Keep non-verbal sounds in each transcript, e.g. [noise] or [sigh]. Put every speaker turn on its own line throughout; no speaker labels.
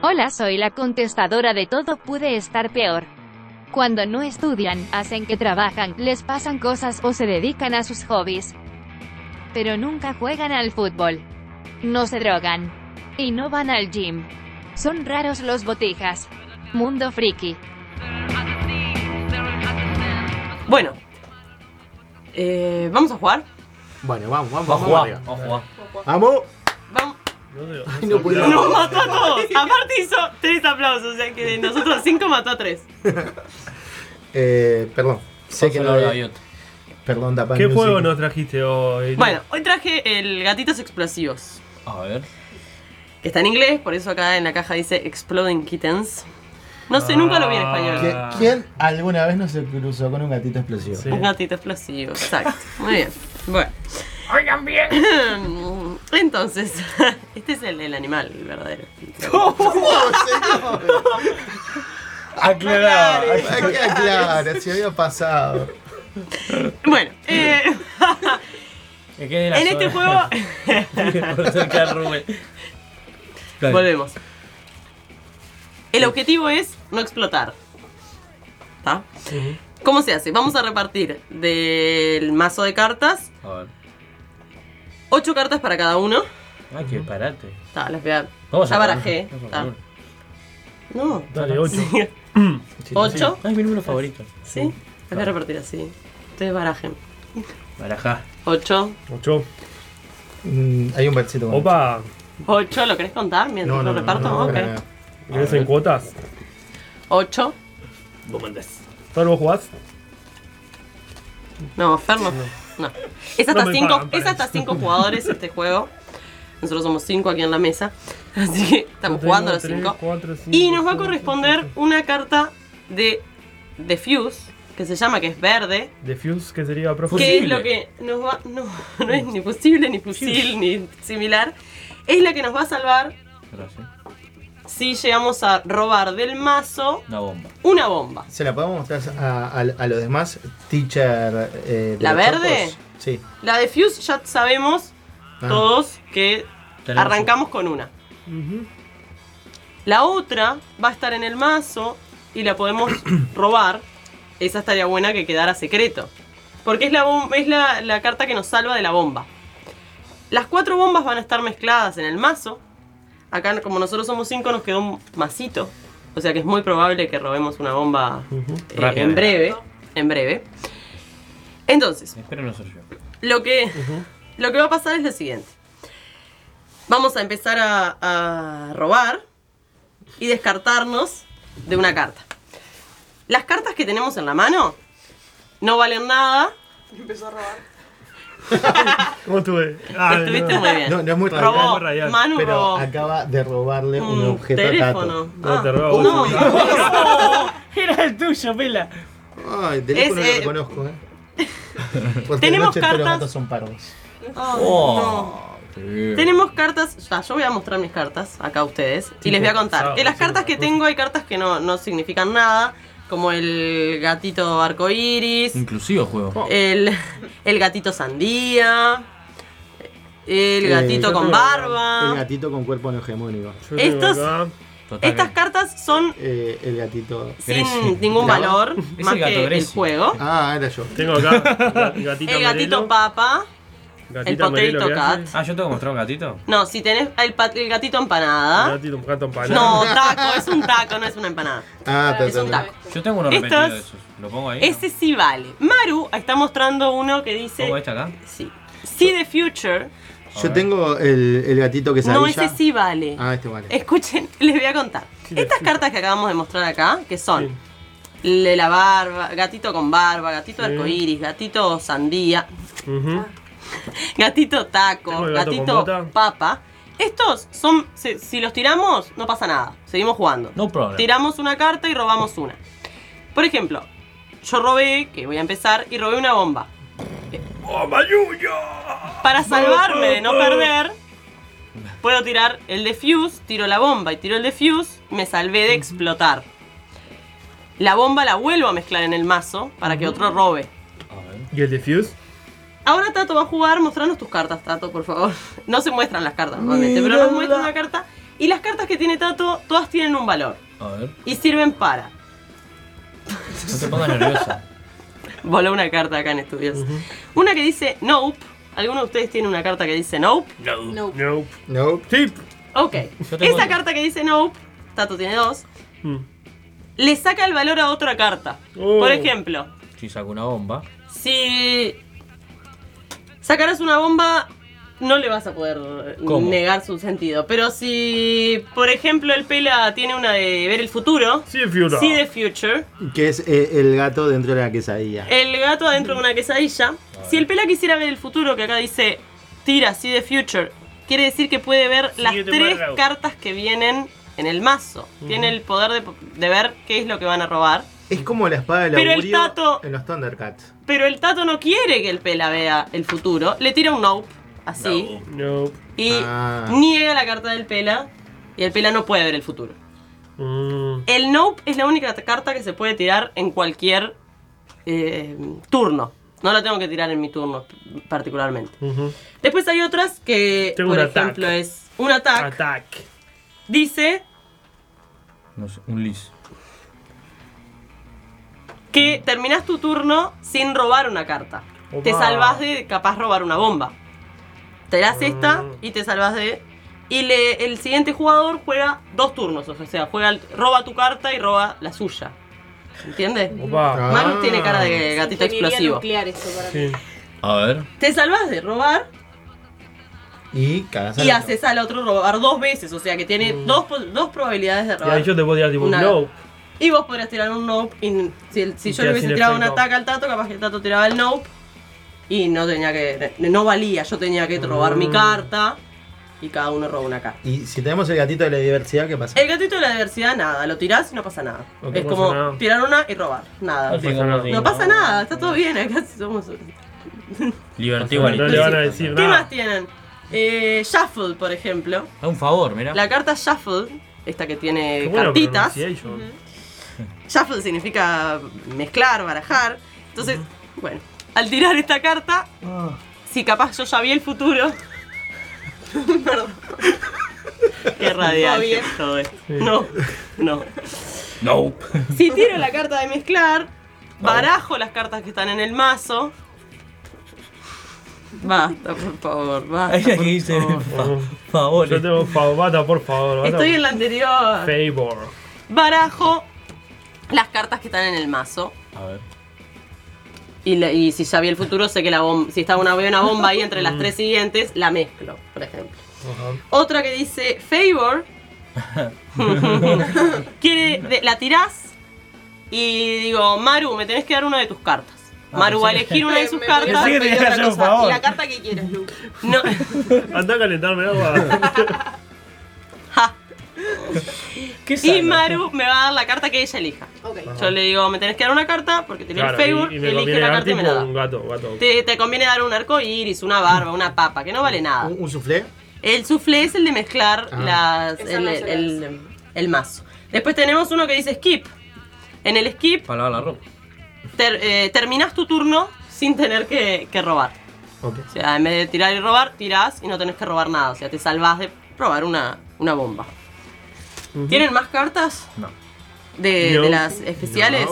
Hola, soy la contestadora de todo puede estar peor. Cuando no estudian, hacen que trabajan, les pasan cosas o se dedican a sus hobbies. Pero nunca juegan al fútbol. No se drogan. Y no van al gym. Son raros los botijas. Mundo friki.
Bueno, eh, vamos a jugar.
Bueno, vamos, vamos,
Vamos a
vamos.
jugar,
arriba.
vamos a jugar.
Vamos.
Vamos.
Ay, no puedo.
Nos mató a todos. Aparte hizo tres aplausos, o sea que de nosotros cinco mató a tres.
Eh, perdón. Sé que no.
Solo gaviota.
Perdón, tapa.
¿Qué
Music.
juego nos trajiste hoy?
Bueno, hoy traje el Gatitos Explosivos,
A ver.
que está en inglés, por eso acá en la caja dice Exploding Kittens. No sé, nunca lo vi en español.
Ah.
¿Qui- ¿Quién alguna vez no se cruzó con un gatito explosivo?
Sí.
Un gatito explosivo, exacto. Muy bien. Bueno. Oigan bien. [clears throat] Entonces, [laughs] este es el, el animal, el verdadero.
Aclarado.
Hay que aclarar, si había pasado.
Bueno, eh, [laughs] en este
[laughs]
juego [laughs]
Por cerca de Rubén. Dale.
Volvemos. El objetivo es no explotar. ¿Está? ¿Cómo se hace? Vamos a repartir del mazo de cartas
A ver.
8 cartas para cada uno.
Ah, que parate.
Está, las voy a.
Vamos
Ya
a
Ah, barajé.
Vamos a
Ta.
jugar.
No.
Dale, 8.
¿Ocho?
Ah, es mi número favorito.
¿Sí? Las voy a repartir así. Ustedes barajen.
Barajá.
8.
8.
Mm, hay un versito. con-
Opa,
8, ¿lo querés contar mientras lo reparto? ok.
¿Vienes en cuotas?
8.
Vos mandás.
¿Salvo jugás?
No, Fer no. No. Es hasta
No me
5
pagan para
es hasta
eso.
cinco jugadores este juego. Nosotros somos 5 aquí en la mesa. [laughs] Así que estamos jugando los 5. Y nos va a corresponder una carta de de Fuse, que se llama, que es verde.
¿De Fuse que sería profe?
Que es
Fusible.
lo que nos va. No, [laughs] no es ni posible, ni fusil, ni similar. Es la que nos va a salvar
Gracias.
si llegamos a robar del mazo
Una bomba.
una bomba.
¿Se la podemos mostrar a, a- a los demás? Teacher. eh, de
¿La
los
verde?
chocos. Sí.
La de Fuse ya sabemos
Ah.
todos que
Tenemos
arrancamos con una. La otra va a estar en el mazo y la podemos [coughs] robar. Esa estaría buena que quedara secreto. Porque es, la, bom- es la, la carta que nos salva de la bomba. Las cuatro bombas van a estar mezcladas en el mazo. Acá, como nosotros somos cinco, nos quedó un masito. O sea que es muy probable que robemos una bomba eh,
Rápida.
en breve. En breve. Entonces,
Espero no ser yo.
lo que, lo que va a pasar es lo siguiente. Vamos a empezar a, a robar y descartarnos de una carta. Las cartas que tenemos en la mano no valen nada.
¿Cómo estuve? Ah,
Estuviste muy bien.
No, no es muy radical,
Robó.
muy radical.
Manu
Pero
robó
acaba de robarle un,
un
objeto
teléfono. Ah,
a
No, te robo.
no,
Era el tuyo, pela.
Tato. Ay, teléfono
Es,
lo
eh, [laughs]
reconozco, ¿eh? Porque
tenemos
de noche todos
cartas-
los gatos son parvos.
Ah, no.
Oh.
Tenemos cartas, ya, yo voy a mostrar mis cartas acá a ustedes y les voy a contar.
sábado,
En las
sí,
cartas
una
que
cosa.
tengo hay cartas que no, no significan nada, como el gatito arcoiris,
Inclusivo
Oh,
juego.
el, el gatito sandía, el
Eh,
gatito
yo
con
tengo
El
barba.
gatito con cuerpo no hegemónico.
Yo tengo
Estos-
acá.
Total.
Estas cartas son
Eh, el gatito.
sin
Grecia.
ningún
Claro.
valor
Es el
más
gato
que el
Grecia.
juego.
Ah, era yo.
Tengo acá
[laughs]
el gatito
El gatito
amarelo,
papa, el
gatito amarelo
potato
que hace,
cat.
Ah, yo tengo que mostrar un gatito.
No, si tenés el, pa- el gatito empanada.
El gatito un gato empanado.
¿Ah? No, taco, es un taco, no es una empanada.
Ah,
Es un taco.
Yo tengo uno
Estas-
repetido de esos. ¿Lo pongo ahí?
Ese sí vale. Maru está mostrando uno que dice.
¿Pongo este acá?
Sí. See the future.
Yo tengo el, el gatito que se
No, ese sí vale.
Ah, este vale.
Escuchen, [laughs] les voy a contar.
Sí,
Estas
sí.
cartas que acabamos de mostrar acá, que son
Sí.
de la barba, gatito con barba, gatito
Sí.
arcoíris, gatito sandía,
Ujú.
[laughs] gatito taco,
Tengo el gato con
gatito
bota.
papa. Estos son, se- si los tiramos, no pasa nada. Seguimos jugando.
No problem.
Tiramos una carta y robamos una. Por ejemplo, yo robé, que voy a empezar, y robé una bomba.
¡Oh,
Para
[laughs]
salvarme de no perder, puedo tirar el defuse, tiro la bomba y tiro el defuse, me salvé de explotar. La bomba la vuelvo a mezclar en el mazo para que otro robe.
A ver.
¿Y el defuse?
Ahora [laughs] Tato va a jugar, mostrarnos tus cartas, Tato, por favor. No se muestran las cartas normalmente, pero nos muestra una carta Y las cartas que tiene Tato, todas tienen un valor.
A ver,
Y sirven para [laughs]
no te pongas nerviosa.
Voló una carta acá en estudios. Una que dice Nope. ¿Alguno de ustedes tiene una carta que dice Nope?
No.
Nope.
No.
Tip.
Ok.
Yo tengo
Esa
una.
carta que dice Nope, Tato tiene dos,
Mm.
le saca el valor a otra carta.
Oh.
Por ejemplo,
Si saco una bomba.
si sacaras una bomba, no le vas a poder
¿Cómo?
negar su sentido. Pero si, por ejemplo, el Pela tiene una de ver el futuro,
See the future.
See the Future,
Que es eh, el gato dentro de la quesadilla.
el gato adentro de una quesadilla, si el Pela quisiera ver el futuro, que acá dice tira See the Future, quiere decir que puede ver
See
las
you
tres
tomorrow.
cartas que vienen en el mazo. Tiene el poder de, de ver qué es lo que van a robar.
Es como la espada del
Pero el
augurio
tato-
en los Thundercats.
Pero el Tato no quiere que el Pela vea el futuro. Le tira un nope, así.
Nope.
Y
Ah.
niega la carta del Pela. Y el Pela no puede ver el futuro.
Mm.
El nope es la única carta que se puede tirar en cualquier eh, turno. No la tengo que tirar en mi turno particularmente.
Ujú.
Después hay otras que,
Tengo
por
un ataque.
ejemplo, es un ataque.
Attack.
Dice
No sé, un lis.
que terminás tu turno sin robar una carta.
Opa. Mm.
Te salvás de capaz robar una bomba. Te das esta y te salvás de. Y le- el siguiente jugador juega dos turnos, o sea, juega el- roba tu carta y roba la suya. ¿Entiendes?
Opa.
Ah.
Manu tiene cara de gatito
Ingeniería
explosivo.
nuclear esto para mí.
Sí.
A ver.
Te salvás de robar
Y cagás al
y
otro.
haces al otro robar dos veces, o sea que tiene dos, pos- dos probabilidades de
Mm. Y ahí
robar.
yo te podía tipo,
Una-
nope.
Y vos podrías tirar un nope. Y si, el- si
Y
yo le
queda
hubiese
sin
tirado un
efecto.
ataque al tato, capaz que el tato tiraba el nope. Y no tenía que. No valía, yo tenía que robar
Mm.
mi carta. Y cada uno roba una carta.
Y si tenemos el gatito de la diversidad, ¿qué pasa?
El gatito de la diversidad, nada. Lo tirás y no pasa nada.
No
es
pasa
como
nada.
tirar una y robar. Nada.
Así como
nada.
si
No pasa nada, está todo bien. Acá somos.
Libertad
No le van a
igualitaria.
decir
¿Qué más
nada.
tienen? Eh, shuffle, por ejemplo.
Da un favor, mirá.
La carta Shuffle, esta que tiene
Qué buena
cartitas.
pronunciation.
Shuffle significa mezclar, barajar. Entonces, bueno, al tirar esta carta, si capaz yo ya vi el futuro. Perdón. Qué radial que es todo esto. No, no.
No. [laughs]
Si tiro la carta de mezclar, barajo las cartas que están en el mazo. Basta, por favor, basta.
Ahí la que
por
dice.
favor.
fa- Favor.
Yo tengo favor, bata, por favor. bata,
Estoy en la
por
anterior.
Favor.
Barajo las cartas que están en el mazo.
A ver.
Y, la- y si ya vi el futuro, sé que la bomba, si está una, veo una bomba ahí entre
Mm.
las tres siguientes, la mezclo, por ejemplo. Otra que dice
[laughs]
favor. Quiere, de- la tirás y digo, Maru, me tenés que dar una de tus cartas.
Ah,
Maru va a
sí.
elegir
[laughs]
una de sus
Me- me-
cartas.
Sí,
me- me-
tenés
otra
razón,
cosa.
por favor.
La carta que quieras, Luke.
No, [laughs]
Anda a calentarme agua.
ja.
¿Qué
y
sano?
Maru me va a dar la carta que ella elija.
Ok.
Yo le digo, me tenés que dar una carta porque tenía
Claro,
el favor,
y, y me
elige
conviene
la
dar
carta y
tipo
me la da.
un gato, gato.
Te, te conviene dar un arco iris, una barba, una papa, que no vale nada.
¿Un, un soufflé?
El soufflé es el de mezclar
Ah.
las,
Esa
el,
no se la
el- el mazo. Después tenemos uno que dice skip. En el skip
Para lavar la ropa.
ter- eh, terminás tu turno sin tener que, que robar.
Ok.
O sea, en vez de tirar y robar, tirás y no tenés que robar nada. O sea, te salvás de robar una, una bomba. ¿Tienen más cartas
No.
de,
No.
de las especiales?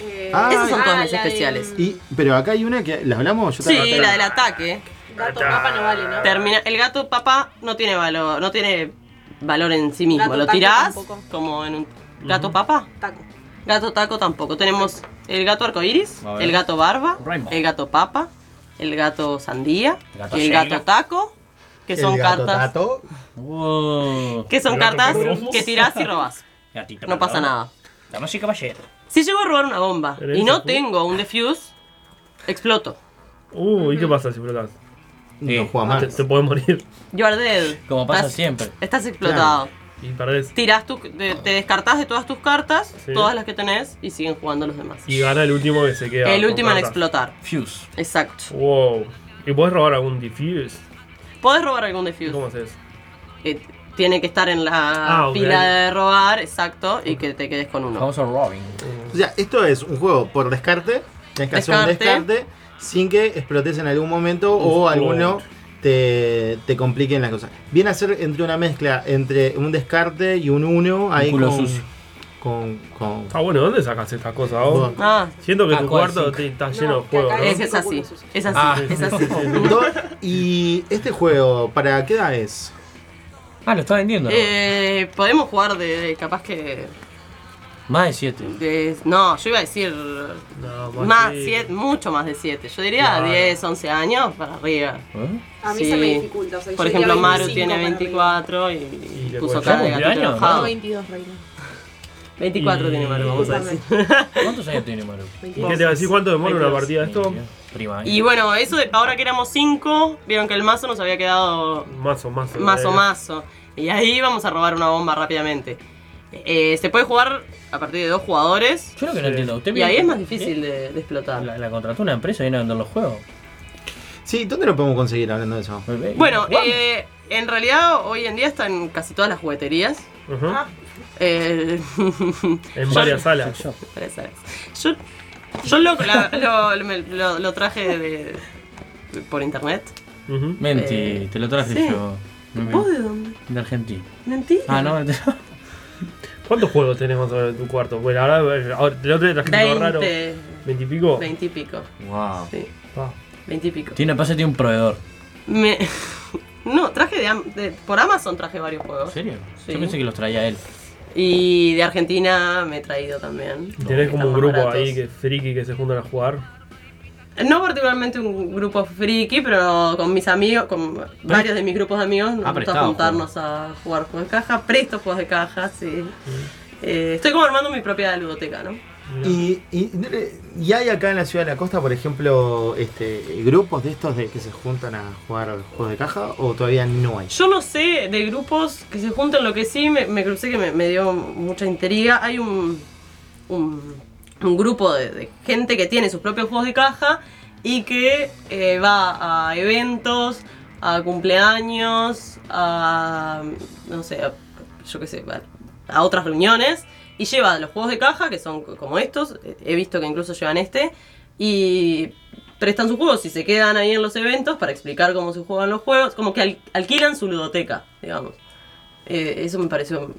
Eh,
Ah,
Esas son todas
ah,
las
la de-
especiales.
Y, pero acá hay una que. ¿La hablamos? Yo
Sí,
también-
la del ataque.
Gato mapa no vale, ¿no?
Termina, el gato papá no tiene valor, no tiene valor en sí mismo.
Gato
Lo
taco
tirás
tampoco.
como en un gato papá.
Taco.
Gato taco tampoco. Tenemos el gato arcoiris,
A ver.
el gato barba,
Rainbow.
el gato papa, el gato sandía
El gato
y el
yelga.
gato taco, que
El
son
gato
cartas
tato.
Wow.
que son
El gato
cartas
gordo.
que tirás y robás.
Gatito,
No pasa
perdón.
nada.
Damas y caballeros.
Si llego a robar una bomba
Pero
y
ese
no
fue-
tengo un defuse, exploto.
Uh, ¿y qué pasa si brotas?
No
Sí.
juega
Te,
más.
te puedes morir
You are dead.
Como pasa
Estás-
siempre.
Estás explotado.
y perdés.
Tirás tu, te, te descartás de todas tus cartas,
Sí.
todas las que tenés, y siguen jugando los demás.
Y gana el último que se queda.
el
con
último en
cartas.
explotar.
Fuse.
Exacto.
Wow. ¿Y podés robar algún diffuse?
Podés robar algún
¿Cómo
defuse.
haces?
Eh, tiene que estar en la
Ah, ok.
fila de robar, exacto, y que te quedes con uno.
Vamos a Robin.
O sea, esto es un juego por descarte. Tienes que hacer un
Descarte.
descarte sin que explotes en algún momento o
Uf,
alguno te, te compliquen las cosas. Viene a ser entre una mezcla entre un descarte y un uno ahí
culo
con,
sucio.
con, con-
Ah, bueno, ¿dónde sacas estas cosas vos?
con-
Ah,
Siento que
Ah,
tu
¿cuál
cuarto
cinco?
te- está
No,
lleno de
que
juegos,
acá
¿no?
es, es así. Es así.
Ah.
es así.
Do- y este juego, ¿para qué edad es?
Ah, lo está vendiendo. ¿no?
[laughs] Eh, podemos jugar de, de- capaz que.
Más de 7.
de- no, yo iba a decir.
No,
más
sí.
siete, mucho más de 7. Yo diría
Claro.
10, 11 años para arriba.
¿Eh?
A mí
Sí.
se me dificulta. O sea,
Por
yo
ejemplo,
diría
Maru
25
tiene
para arriba.
24 y,
Y le
puso
cuesta.
cara de
¿Ya
gatito
cumplió años,
enojado.
No, 22, Reina.
24 tiene Maru, vamos a decir.
¿Cuántos años tiene Maru?
¿Y ¿Qué te va a decir cuánto demora una
22,
partida de esto?
Prima.
Y bueno, eso de- ahora que éramos 5, vieron que el mazo nos había quedado
Mazo, mazo.
mazo
eh.
mazo. Y ahí vamos a robar una bomba rápidamente. Eh, se puede jugar a partir de dos jugadores.
Yo lo que no
Sí.
entiendo. ¿Usted
Y
vio-
ahí es más difícil de, de explotar.
La, la contrató una empresa y viene a vender los juegos.
Sí, ¿dónde lo podemos conseguir hablando de eso?
Bueno,
Juan,
eh, en realidad hoy en día está en casi todas las jugueterías.
Ujú.
Ah, Eh, [laughs]
En varias salas.
yo-
varias áreas. Yo, yo lo, la- lo- me- lo- lo traje de- de- por internet.
Ujú.
Menti,
eh,
te lo traje
sí.
yo.
¿Vos de dónde?
De Argentina.
Mentira.
Ah,
[laughs]
no, de-
¿Cuántos juegos tenemos ahora en tu cuarto? Bueno, ahora, ahora el otro día trajiste algo raro.
20,
¿Veintipico?
20 y pico.
Wow.
Sí,
Ah,
20 y pico.
Tiene, pasa, tiene un proveedor.
Me- [laughs] no, traje de, Am- de- Por Amazon traje varios
¿En
juegos.
serio?
Sí.
Yo pensé que los traía él.
Y de Argentina me he traído también.
Tenés
Están
como un
más
grupo
baratos.
ahí que friki que se juntan a jugar.
No particularmente un grupo friki, pero con mis amigos, con varios de mis grupos de amigos, nos
Ah,
gusta
prestado,
juntarnos a jugar juegos de caja. Presto juegos de caja,
Mm.
sí. Eh, estoy como armando mi propia ludoteca, ¿no?
Y, y, y hay acá en la ciudad de la costa, por ejemplo, este, grupos de estos de que se juntan a jugar juegos de caja o todavía no hay.
Yo no sé de grupos que se juntan, lo que sí me, me crucé que me, me dio mucha intriga. Hay un, un, un grupo de, de gente que tiene sus propios juegos de caja y que eh, va a eventos, a cumpleaños, a. no sé, a- yo qué sé, a, a otras reuniones y lleva los juegos de caja, que son co- como estos. eh, He visto que incluso llevan este. Y prestan sus juegos y se quedan ahí en los eventos para explicar cómo se juegan los juegos, como que al- alquilan su ludoteca, digamos. Eh, eso me pareció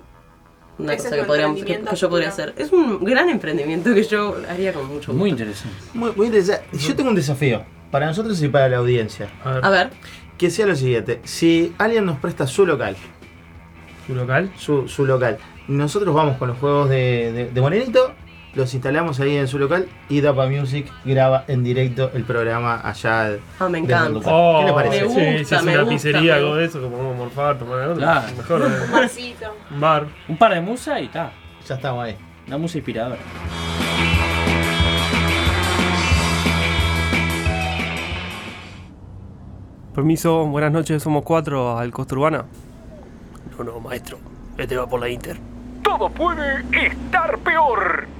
una
Ese es
cosa que,
un
podríamos- que,
emprendimiento
que yo podría
puro.
hacer. Es un gran emprendimiento que yo haría con mucho gusto.
Muy interesante.
Muy, muy interesante. Yo tengo un desafío para nosotros y para la audiencia.
A ver,
A ver,
Que sea lo siguiente, si alguien nos presta su local,
su local.
su, su local, nosotros vamos con los juegos de, de, de Morenito, los instalamos ahí en su local y Dapa Music graba en directo el programa allá. de-
ah, me
Desde el
encanta. Oh,
lugar. ¿Qué le parece?
Oh, sí,
Me gusta,
sí, es
me
una
gusta,
pizzería,
me
algo
gusta.
de eso, que podemos morfar, tomar algo.
Claro.
Mejor. eh,
Marcito.
Un bar.
Un par de musas y está.
Ya estamos ahí.
Una musa inspiradora.
Permiso, buenas noches, somos cuatro al Costa Urbana. No, no, maestro, este va por la Inter.
Todo puede estar peor.